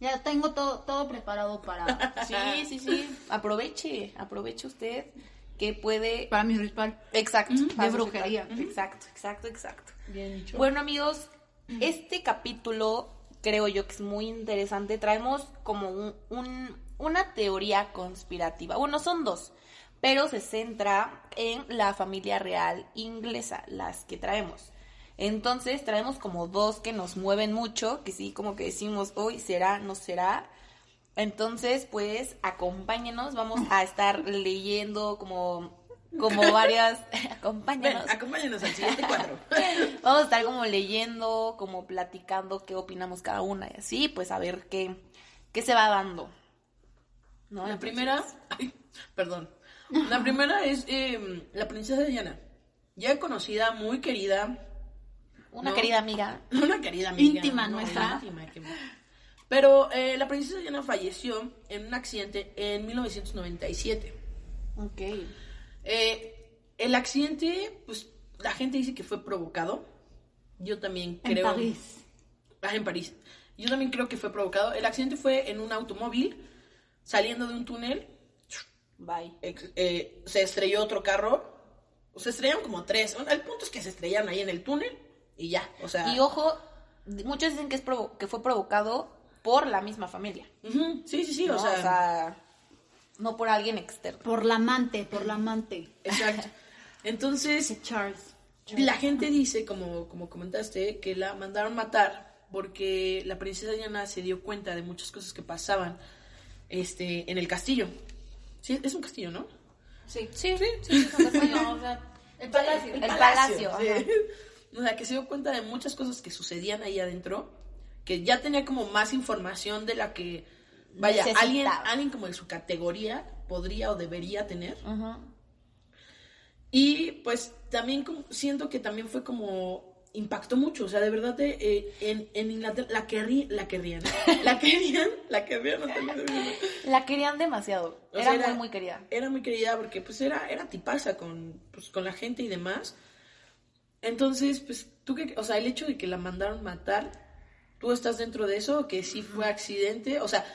Ya tengo todo, todo preparado para, Sí, sí, sí. Aproveche, aproveche usted que puede. para mi ritual. Exacto. Ujú, de para su brujería. ritual. Exacto, exacto, exacto. Bien dicho. Bueno, amigos, este capítulo creo yo que es muy interesante. Traemos como un, un- una teoría conspirativa. Bueno, son dos, pero se centra en la familia real inglesa, las que traemos. Entonces traemos como dos que nos mueven mucho, que sí, como que decimos, hoy será, no será. Entonces, pues, acompáñenos, vamos a estar leyendo como, como varias, Ven, acompáñenos. acompáñenos al siguiente cuadro. Vamos a estar como leyendo, como platicando qué opinamos cada una y así, pues a ver qué, qué se va dando. ¿No? La Entonces, primera, ay, perdón. La primera es eh, la princesa Diana. Ya conocida, muy querida, Una No. querida amiga. una querida amiga. Íntima nuestra. íntima, que- Pero eh, la princesa Diana falleció en un accidente en 1997. Ok. Eh, el accidente, pues la gente dice que fue provocado. Yo también creo. En París. Ah, en París. Yo también creo que fue provocado. El accidente fue en un automóvil saliendo de un túnel. Bye. ex- eh, se estrelló otro carro. O se estrellaron como tres. Bueno, El punto es que se estrellaron ahí en el túnel y ya. O sea. Y ojo, d- muchos dicen que, es provo- que fue provocado por la misma familia. Ujú, Sí, sí, sí. ¿no? o sea. no por alguien externo. Por la amante, por la amante. Exacto. Entonces, Ese Charles. La gente dice, como, como comentaste, que la mandaron matar porque la princesa Diana se dio cuenta de muchas cosas que pasaban este, en el castillo. Sí, es un castillo, ¿no? Sí. Sí, sí, sí, sí, o sea, El palacio. El palacio. ajá. sí. O sea, que se dio cuenta de muchas cosas que sucedían ahí adentro, que ya tenía como más información de la que, vaya, Necesitaba. alguien, alguien como de su categoría podría o debería tener. Ujú. Y pues también como- siento que también fue como impactó mucho, o sea, de verdad de, eh, en, en Inglaterra la querrían, la querrían, la querían, la querrían. hasta el otro día. La querían demasiado. O era, sea, muy, muy querida. Era muy querida porque pues era, era tipaza con, pues, con la gente y demás. Entonces, pues tú que, o sea, el hecho de que la mandaron matar, tú estás dentro de eso, que sí fue accidente, o sea,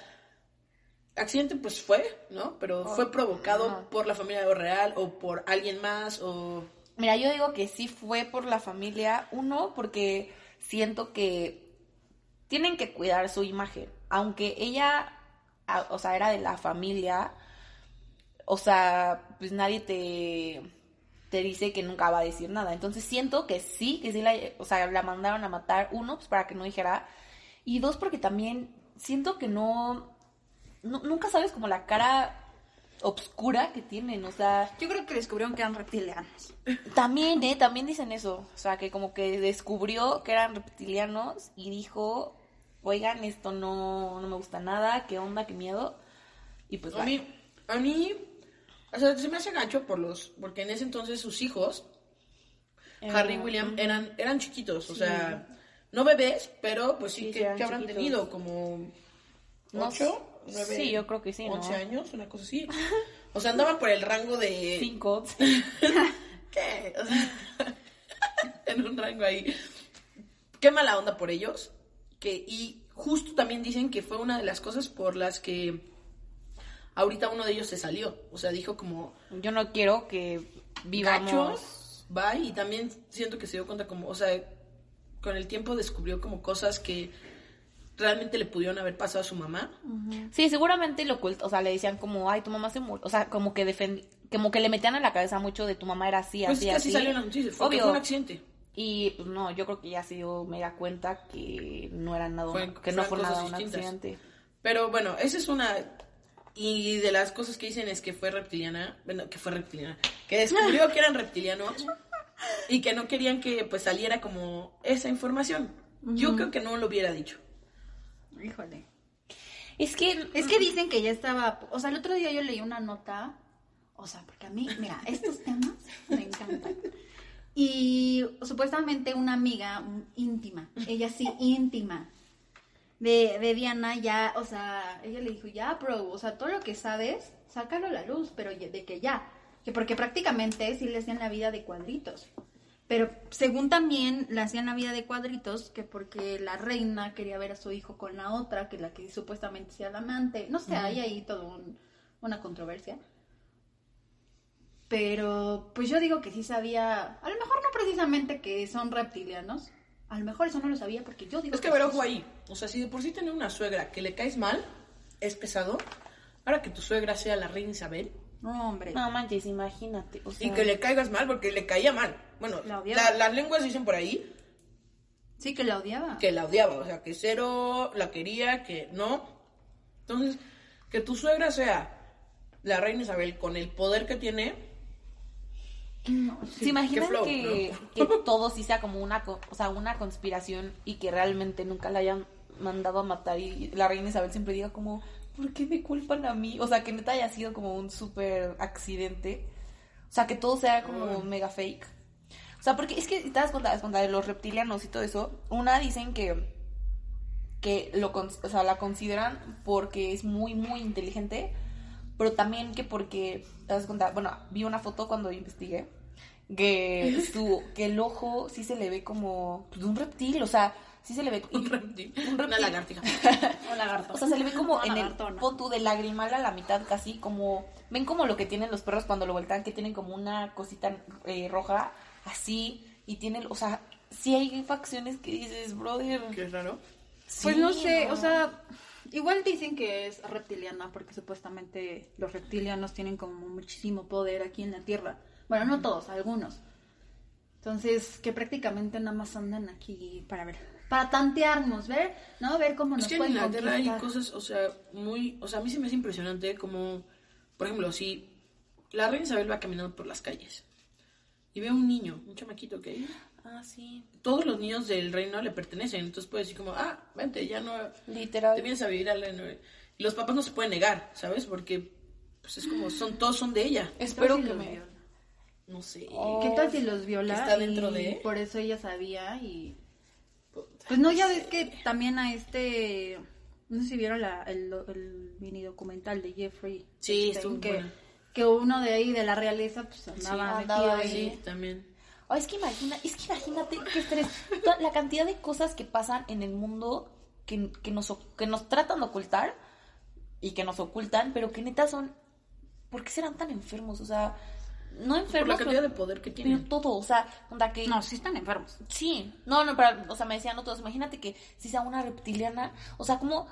accidente pues fue, ¿no? Pero fue provocado ajá. por la familia real o por alguien más o... Mira, yo digo que sí fue por la familia, uno, porque siento que tienen que cuidar su imagen. Aunque ella, a- o sea, era de la familia, o sea, pues nadie te, te dice que nunca va a decir nada. Entonces siento que sí, que sí la, o sea, la mandaron a matar, uno, pues para que no dijera, y dos, porque también siento que no, nu- nunca sabes como la cara obscura que tienen, o sea... Yo creo que descubrieron que eran reptilianos. También, ¿eh? También dicen eso. O sea, que como que descubrió que eran reptilianos y dijo, oigan, esto no, no me gusta nada, qué onda, qué miedo. Y pues, A bye. mí, a mí, o sea, se me hace gancho por los, porque en ese entonces sus hijos, Eh, Harry y William, eran, eran chiquitos, o sea, No bebés, pero pues sí, Sí, que, eran que habrán chiquitos. tenido como No ocho, sé. nueve, Sí, yo creo que sí, ¿no? 11 años, una cosa así. O sea, andaban por el rango de... Cinco. ¿Qué? O sea, en un rango ahí. Qué mala onda por ellos. Que, y justo también dicen que fue una de las cosas por las que ahorita uno de ellos se salió. O sea, dijo como, Yo no quiero que vivamos. gachos, bye. Y también siento que se dio cuenta como, o sea, con el tiempo descubrió como cosas que realmente le pudieron haber pasado a su mamá. Sí, seguramente lo oculto. O sea, le decían como, ay, tu mamá se murió. O sea, como que defend... como que le metían en la cabeza mucho de tu mamá era así, Pues así, es que así, así. salió en la noticia. Fue, que Obvio. fue un accidente. Y pues, no, yo creo que ya se dio mega cuenta que no era nada, Fueron- que no fueron fue nada cosas un distintas. accidente. Pero bueno, esa es una... Y de las cosas que dicen es que fue reptiliana, bueno, que fue reptiliana, que descubrió que eran reptilianos y que no querían que pues saliera como esa información. Yo creo que no lo hubiera dicho. Híjole. Es que, Es que dicen que ya estaba, o sea, el otro día yo leí una nota, o sea, porque a mí, mira, estos temas me encantan. Y supuestamente una amiga mm, íntima, ella sí íntima, de, de Diana ya, o sea, ella le dijo, ya, bro, o sea, todo lo que sabes, sácalo a la luz, pero ya- de que ya, que porque prácticamente sí le hacían la vida de cuadritos. Pero según también le hacían la vida de cuadritos, que porque la reina quería ver a su hijo con la otra, que la que supuestamente sea la amante. No sé, hay ahí toda una controversia. Pero pues yo digo que sí sabía, a lo mejor no precisamente que son reptilianos, a lo mejor eso no lo sabía porque yo digo Es que a ver, sí ojo ahí. O sea, si de por sí tener una suegra que le caes mal, es pesado. Ahora que tu suegra sea la reina Isabel No, hombre. no manches, imagínate. O sea, y que le caigas mal porque le caía mal. Bueno, La odiaba. la- las lenguas dicen por ahí Sí, que la odiaba. que la odiaba. O sea, que cero la quería, que no. Entonces, que tu suegra sea la reina Isabel con el poder que tiene, ¿Se imaginan qué flow, que, que todo sí sea como una, co- o sea, una conspiración y que realmente nunca la hayan mandado a matar y la reina Isabel siempre diga como, ¿por qué me culpan a mí? O sea, que neta haya sido como un súper accidente. O sea, que todo sea como mega fake. O sea, porque es que te das cuenta, te das cuenta de los reptilianos y todo eso. Una dicen que que lo con- o sea, la consideran porque es muy, muy inteligente, pero también que porque, te das cuenta, bueno, vi una foto cuando investigué, que, su, que el ojo sí se le ve como pues, de un reptil, o sea, sí se le ve... un reptil, un reptil. una lagartija. O lagarto. O sea, se le ve como No, en el lagarto, no. pon tú de lagrimal a la mitad casi, como... ¿Ven como lo que tienen los perros cuando lo voltean? Que tienen como una cosita eh, roja, así, y tienen... O sea, sí hay facciones que dices, brother... que es raro. Pues sí, no sé, no. o sea, igual dicen que es reptiliana porque supuestamente los reptilianos tienen como muchísimo poder aquí en la Tierra. Bueno, no todos, algunos. Entonces, que prácticamente nada más andan aquí para ver, para tantearnos, ver, ¿no? Ver cómo nos Es que en pueden Inglaterra hay conquistar. cosas, o sea, muy. O sea, a mí se me hace impresionante como. Por ejemplo, si la reina Isabel va caminando por las calles y ve a un niño, un chamaquito que hay, Ah, sí. todos los niños del reino le pertenecen. Entonces puede decir, como, ah, vente, ya no. Literal. Te vienes a vivir al reino. Y los papás no se pueden negar, ¿sabes? Porque pues es como, son todos son de ella. Espero que Entonces, los me... viola. No sé. Oh. ¿Qué tal si los viola? Está dentro y de- Por eso ella sabía y... Pues no, ya ves que también a este... No sé si vieron la- el, el mini documental de Jeffrey. Sí, Epstein, estuvo muy que, bueno. que uno de ahí, de la realeza, pues andaba, andaba metido ahí. ahí. Sí, también. Ay, es que imagina, es que imagínate qué estrés. Toda La cantidad de cosas que pasan en el mundo que, que nos, o- que nos tratan de ocultar y que nos ocultan, pero que neta son. ¿Por qué serán tan enfermos? O sea, no Por la enfermos, cantidad pero, de poder que pero tienen. todo. O sea, onda que. No, sí están enfermos. Sí, no, no, pero, o sea, me decían otros, imagínate que si sea una reptiliana, o sea, como.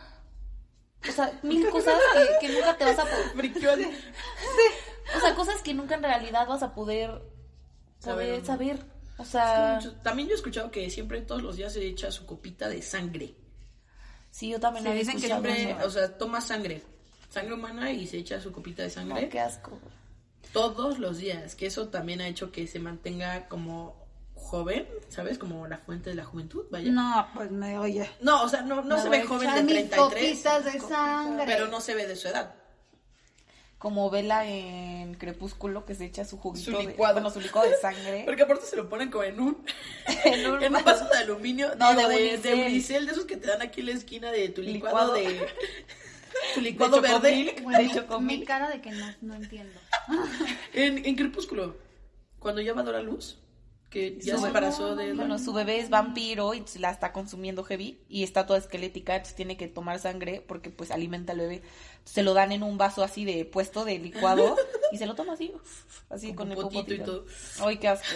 O sea, mil cosas que, que nunca te vas a poder. Friqueó así. O sea, cosas que nunca en realidad vas a poder Saber, saber. ¿no? saber. O Es que sea, Ah. mucho- También yo he escuchado que siempre todos los días se echa su copita de sangre. sí, yo también Sí, había dicen que escuchado Siempre, eso. o sea, toma sangre. Sangre humana y se echa su copita de No, sangre qué asco. todos los días. Que eso también ha hecho que se mantenga como joven, ¿sabes? Como la fuente de la juventud, vaya. No, No, pues me oye. o sea, no, no Me se voy ve a joven echar de mis 33, copitas de sangre. pero no se ve de su edad. como vela en Crepúsculo que se echa su juguito, Su de- licuado. bueno, su licuado de sangre. Porque aparte se lo ponen como en un, en un en un vaso de aluminio. No, digo, de de, unicel. de unicel, de esos que te dan aquí en la esquina de tu licuado, Licuado. de. Tu licuado verde. Chocomilk. Bueno, De mi- Chocomil. mi cara de que no, no entiendo. En, en Crepúsculo, cuando ya va a dar a luz, que ya Su se bebé- embarazó de. Bueno, su bebé es vampiro y la está consumiendo heavy y está toda esquelética, entonces tiene que tomar sangre porque pues alimenta al bebé. Se lo dan en un vaso así de puesto de licuado y se lo toma así, así Con con, el popotito y popotito. Ay, qué asco.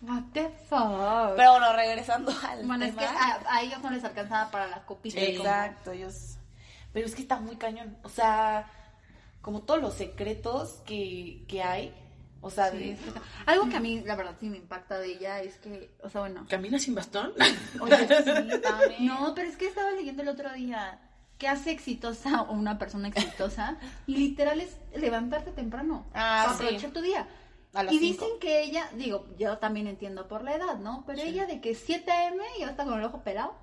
What the fuck. Pero bueno, regresando al bueno, es que ah, tema. a, a ellos no les alcanzaba para la copita. de como- Exacto, ellos. Pero es que está muy cañón. O sea, como todos los secretos que, que hay. O sea, Sí, de- es que- Algo que a mí, la verdad, sí me impacta de ella es que, o sea, bueno. ¿Camina sin bastón? Oye, sí, dame. no, pero es que estaba leyendo el otro día que hace exitosa o una persona exitosa y literal es levantarte temprano Ah, para sí. aprovechar tu día. A las Y cinco. dicen que ella, digo, yo también entiendo por la edad, ¿no? Pero ella de que 7 a.m. ya está con el ojo pelado,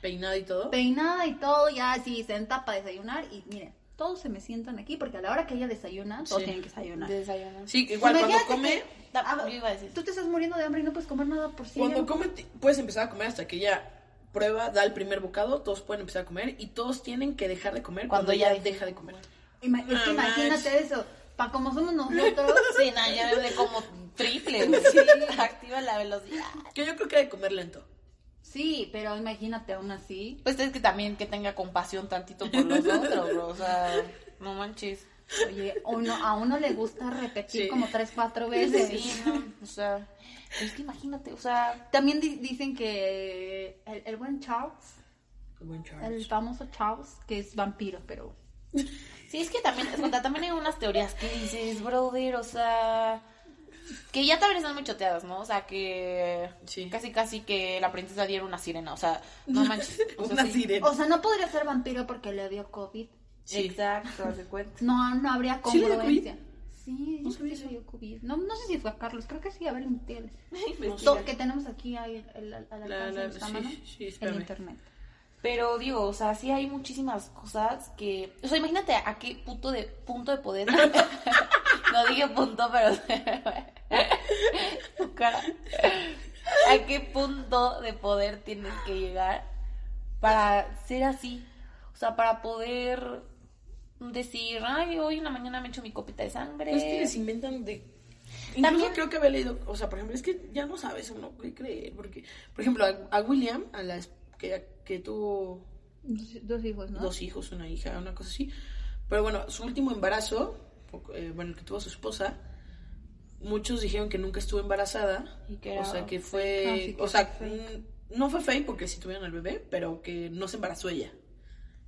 Peinado y todo. peinada y todo, ya así se para desayunar y miren, todos se me sientan aquí porque a la hora que ella desayuna, todos Sí. tienen que desayunar. de desayuno. Sí, igual cuando Imagínate come. que- Da- a ver, yo iba a decir. Tú te estás muriendo de hambre y no puedes comer nada por sí. Cuando come, te- puedes empezar a comer hasta que ella prueba, da el primer bocado, todos pueden empezar a comer y todos tienen que dejar de comer cuando, Cuando ella ya deje- deja, de comer. Ima- es que Ah, No imagínate eso. Pa' como somos nosotros. Sí, no, yo de como triple, güey. Activa la velocidad. Que yo creo que ha de comer lento. Sí, pero imagínate aún así. Pues es que también que tenga compasión tantito por los otros, bro. O sea, no manches. Oye, uno, a uno le gusta repetir Sí. como tres, cuatro veces. Sí, no, o sea, es que imagínate, o sea, También di- dicen que el, el buen Charles, Buen Charles. el famoso Charles, que es vampiro, pero... sí, es que también, o sea, también hay unas teorías que dices, brother, o sea, que ya también están muy choteadas, ¿no? O sea, que Sí. casi casi que la princesa diera una sirena, o sea, no manches. O sea, Una sí. sirena. O sea, no podría ser vampiro porque le dio COVID. Sí. Exacto, se cuenta. No, no habría ¿Sí le dio congruencia. Sí, No yo creo que sabía le dio COVID. No, no sé si fue a Carlos, creo que sí, a ver, entiendes. No sé. Que tenemos aquí ahí, el- al al Pues La- alcance la- de nuestra sí, mano, sí, sí, el espérame. internet. Pero digo, o sea, sí hay muchísimas cosas que. O sea, imagínate a qué punto de punto de poder. no dije punto, pero. Tu cara. ¿A qué punto de poder tienes que llegar para ser así? O sea, para poder decir, ay, hoy en la mañana me echo mi copita de sangre. Pues que les inventan de... Incluso También- creo que había leído, o sea, por ejemplo, es que ya no sabes uno qué creer, porque, por ejemplo, a, a William, a la es- que, que tuvo Dos, dos hijos, ¿no? dos hijos, una hija, una cosa así, pero bueno, su último embarazo, o- eh, bueno, el que tuvo su esposa, muchos dijeron que nunca estuvo embarazada, Y que era o sea, que fake. fue, Ah, sí, que o sea, fue mm, no fue fake porque sí tuvieron al bebé, pero que no se embarazó ella,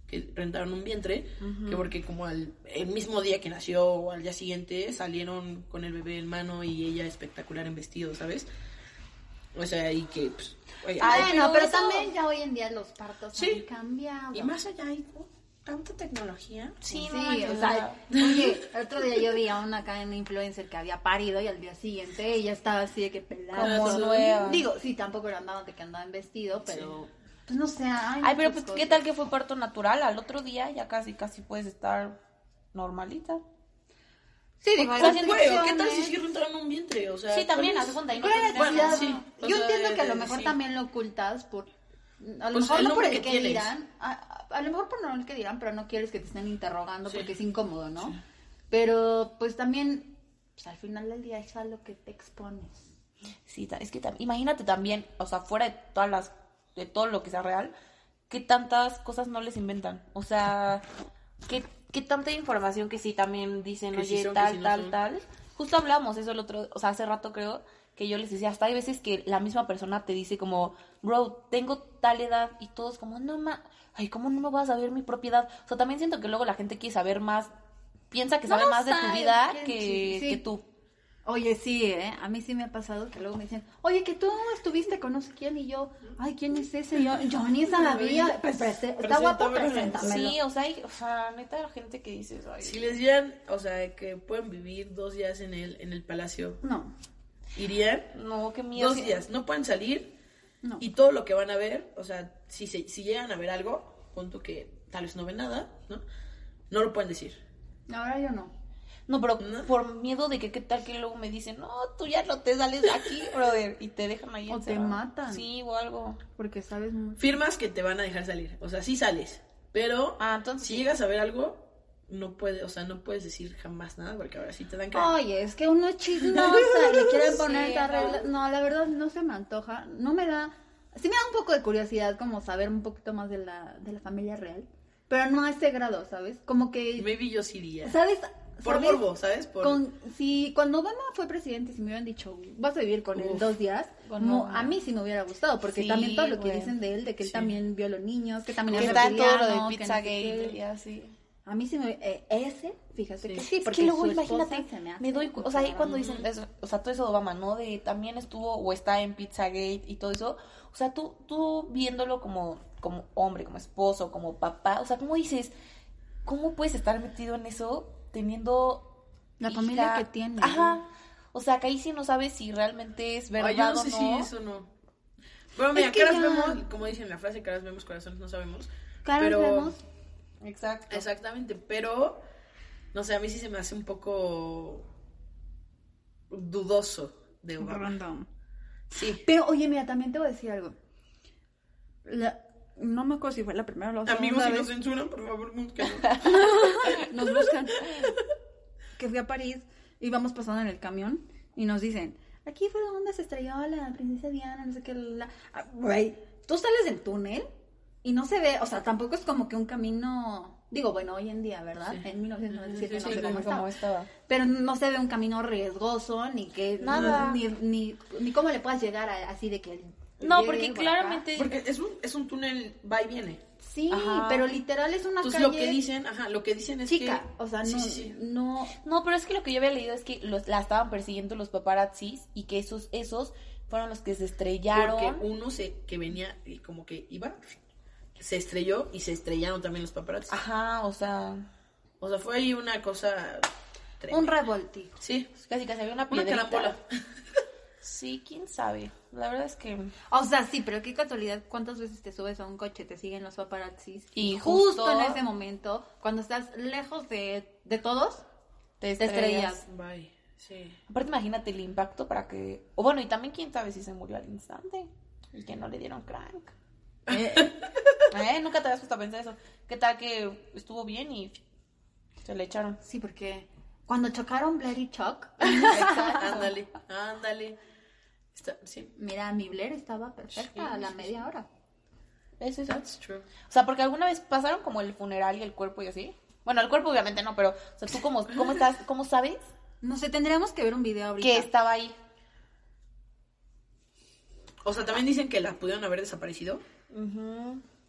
que rentaron un vientre, que porque como al, el mismo día que nació o al día siguiente salieron con el bebé en mano y ella espectacular en vestido, ¿sabes? O sea, y que, pues, oye, Ay, bueno, pero pero eso- también ya hoy en día los partos Sí. han cambiado. y más allá hay tanta tecnología. Sí, no Sí, manches, o sea, oye, el otro día yo vi a una acá en influencer que había parido y al día siguiente ella estaba así de que pelada. Como todo. nueva. Digo, sí, tampoco era andaba de que andaba en vestido, pero pues no sé. Ay, Ay, pero pues, muchas ¿qué cosas. tal que fue parto natural? Al otro día ya casi, casi puedes estar normalita. Sí, digo, hay O sea, muchas siento Güey, ¿o ¿qué tal si opciones. sí rentaron un vientre? O sea, Sí, también, ¿cuál haz es? de cuenta. y no ¿Cuál es te- la Bueno, necesidad? sí, o Yo sea, entiendo que a lo de- mejor sí. también lo ocultas por. A lo Pues, mejor el no por nombre el que, que tienes. dirán. A, a- a lo mejor por no el que dirán, pero no quieres que te estén interrogando Sí. porque es incómodo, ¿no? Pero pues también, pues, al final del día es a lo que te expones. Sí, ta- es que tam- imagínate también, o sea, fuera de todas las, de todo lo que sea real, qué tantas cosas no les inventan. O sea, qué, qué tanta información que sí también dicen, Que sí oye, son, que tal, sí no tal, son". tal. Justo hablamos eso el otro, o sea, hace rato creo que yo les decía, hasta hay veces que la misma persona te dice como, bro, tengo tal edad y todos como, no, ma, ay, ¿cómo no me vas a saber mi propiedad? O sea, también siento que luego la gente quiere saber más, piensa que No sabe más de tu sabes vida quién que, chin- sí. que tú. Oye, sí, ¿eh? A mí sí me ha pasado que luego me dicen, oye, que tú estuviste con no sé quién y yo, ay, ¿quién es ese? Y Yo, yo ni sabía. Pues, Prese- Está guapo, preséntamelo. preséntamelo. Sí, o sea, hay, o sea, neta, la gente que dices, ay, Si les dieran, o sea, que pueden vivir dos días en el, en el palacio, No, irían No, qué miedo. dos que- días, no pueden salir no. y todo lo que van a ver, o sea, si, se- si llegan a ver algo, punto que tal vez no ven nada, ¿no? No lo pueden decir. Ahora yo no. No, pero por miedo de que qué tal que luego me dicen, no, tú ya no te sales de aquí, brother, y te dejan ahí O te encerrado. matan. Sí, o algo. Porque sabes mucho. Firmas que te van a dejar salir. O sea, sí sales. Pero Ah, entonces si sí. llegas a ver algo, no puede, o sea, no puedes decir jamás nada porque ahora sí te dan cara. Oye, es que uno es chismosa, le quieren Sí, poner esta no. regla. No, la verdad no se me antoja. No me da. Sí me da un poco de curiosidad como saber un poquito más de la, de la familia real. Pero no a ese grado, ¿sabes? Como que. Maybe yo sí diría. ¿Sabes? Por ¿Sabes? morbo, ¿sabes? Por... Con, si cuando Obama fue presidente, si me hubieran dicho, vas a vivir con él Uf, dos días, con mo- Obama. a mí sí me hubiera gustado, porque Sí, también todo lo que güey. dicen de él, de que él Sí. también vio a los niños, que también Que es está en todo lo reptiliano, de que no Pizza sé qué. Gate y así. A mí sí me. eh, ese, fíjate Sí. que sí, Es porque que luego su esposa imagínate, se me, me, hace doy cu- o sea, ahí rara. cuando dicen, eso, o sea, todo eso de Obama, ¿no? De también estuvo o está en Pizzagate y todo eso, o sea, tú, tú viéndolo como, como hombre, como esposo, como papá, o sea, ¿cómo dices, cómo puedes estar metido en eso teniendo La hija? familia que tiene. Ajá, o sea, que ahí sí no sabes si realmente es verdad Ay, yo no o sé no. si eso no. Bueno, mira, que caras ya- vemos, como dicen la frase, caras vemos, corazones no sabemos. Caras pero... vemos. Exacto. Exactamente, pero no sé, a mí sí se me hace un poco dudoso de Obama. Sí. Pero oye, mira, también te voy a decir algo. La- No me acuerdo si fue la primera o la Amigos, segunda si nos vez. censuran, por favor, búsquenlo. nos buscan. Que fui a París, íbamos pasando en el camión y nos dicen, aquí fue donde se estrelló la princesa Diana, no sé qué. la- Ah, Güey, tú sales del túnel y no se ve, o sea, tampoco es como que un camino, digo, bueno, hoy en día, ¿verdad? Sí. En 1997 Sí, no sí, sé sí, cómo Como estaba. estaba. Pero no se ve un camino riesgoso, ni que... Nada. Ni, ni, ni cómo le puedas llegar a- así de que... No, llego porque acá. claramente Porque es un, es un túnel va y viene. Sí, Ajá. pero literal es una Entonces calle Pues lo que dicen, ajá, lo que dicen es chica. que. O sea, no, Sí, sí, sí. no... No, pero es que lo que yo había leído es que los, la estaban persiguiendo los paparazzis y que esos, esos fueron los que se estrellaron. Porque uno se, que venía y como que iba, se estrelló y se estrellaron también los paparazzi. Ah. Ajá, o sea, O sea, fue ahí una cosa. Un tremenda. revoltijo. Sí, casi casi había una una piedrita. carambola. Sí, quién sabe. La verdad es que O sea, sí, pero qué casualidad, ¿cuántas veces te subes a un coche, te siguen los paparazzis? Y justo, justo- en ese momento, cuando estás lejos de, de todos, te te estrellas. estrellas. Bye. Sí. Aparte, imagínate el impacto para que. O bueno, y también quién sabe si se murió al instante y que no le dieron crank. Eh, Nunca te habías puesto a pensar eso. ¿Qué tal que estuvo bien y se le echaron? Sí, porque cuando chocaron Blair y Chuck, Ándale, ándale. Está- sí, mira, mi Blair estaba perfecta Sí, a la sí, media hora. Es eso. that's true. O sea, porque alguna vez pasaron como el funeral y el cuerpo y así. Bueno, el cuerpo obviamente no, pero o sea, tú cómo, cómo estás, cómo sabes No sé, tendríamos que ver un video ahorita. que estaba ahí. O sea, también dicen que la pudieron haber desaparecido.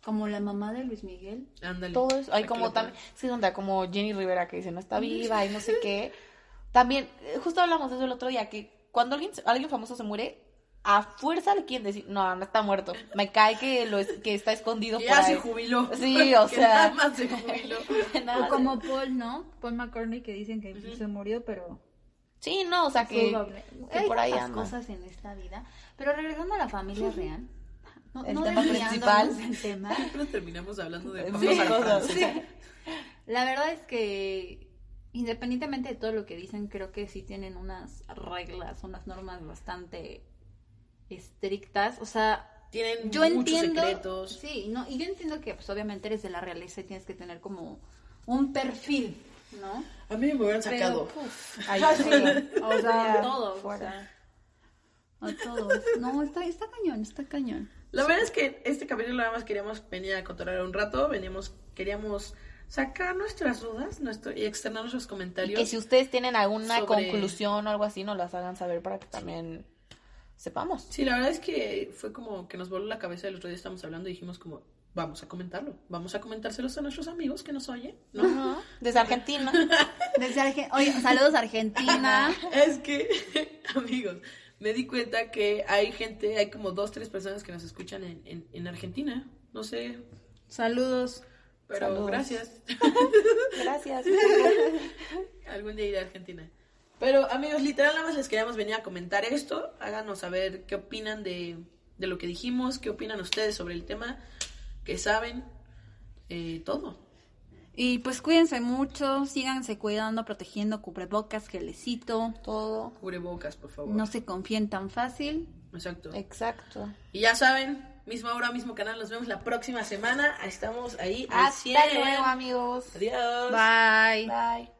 Como la mamá de Luis Miguel. Ándale. Todo eso. Hay Aquí como lo también, sí, onda, como Jenny Rivera que dice no está viva y no sé qué. También, eh, justo hablamos de eso el otro día, que cuando alguien, alguien famoso se muere, a fuerza le quieren decir, no, no está muerto. Me cae que lo es- que está escondido ponen. Que por ya se ahí". jubiló. Sí, o Que sea. Nada más se jubiló. Nada. O como Paul, ¿no? Paul McCartney que dicen que se murió, pero Sí, no, o sea que, que Hay por ahí tantas anda. cosas en esta vida. Pero regresando a la familia real, no, El no tema desviándonos principal. del tema. Siempre terminamos hablando de Sí, Pablo Alfaro. cosas. La verdad es que independientemente de todo lo que dicen, creo que sí tienen unas reglas, unas normas bastante estrictas. O sea, Tienen yo muchos entiendo, secretos. sí, no, y yo entiendo que pues obviamente eres de la realeza y tienes que tener como un perfil, ¿no? A mí me hubieran Pero, sacado. pues, puf, Ahí Ah, sí. sí. O sea, Ya, a todos. o fuera. sea, a todos. No, está, está cañón, está cañón. La verdad es que este capítulo nada más queríamos venir a controlar un rato. Veníamos, queríamos sacar nuestras dudas nuestro, y externar nuestros Y comentarios. que si ustedes tienen alguna sobre- conclusión o algo así, nos las hagan saber para que también sepamos. Sí, la verdad es que fue como que nos voló la cabeza el otro día estábamos hablando y dijimos como, vamos a comentarlo, vamos a comentárselos a nuestros amigos que nos oyen, ¿no? Ajá, Desde Argentina. Desde Arge- Oye, saludos a Argentina. es que, amigos, me di cuenta que hay gente, hay como dos, tres personas que nos escuchan en, en- en Argentina, no sé, Saludos. pero Saludos. gracias. Gracias. Algún día iré a Argentina. Pero amigos, literal nada más les queríamos venir a comentar esto. Háganos saber qué opinan de, de lo que dijimos, qué opinan ustedes sobre el tema, qué saben, eh, todo. Y pues cuídense mucho, síganse cuidando, protegiendo, cubrebocas, gelecito. Todo. Cubrebocas, por favor. No se confíen tan fácil. Exacto. Exacto. Y ya saben, misma hora, mismo canal. Nos vemos la próxima semana. Estamos ahí. al Hasta 100. luego, amigos. Adiós. Bye. Bye.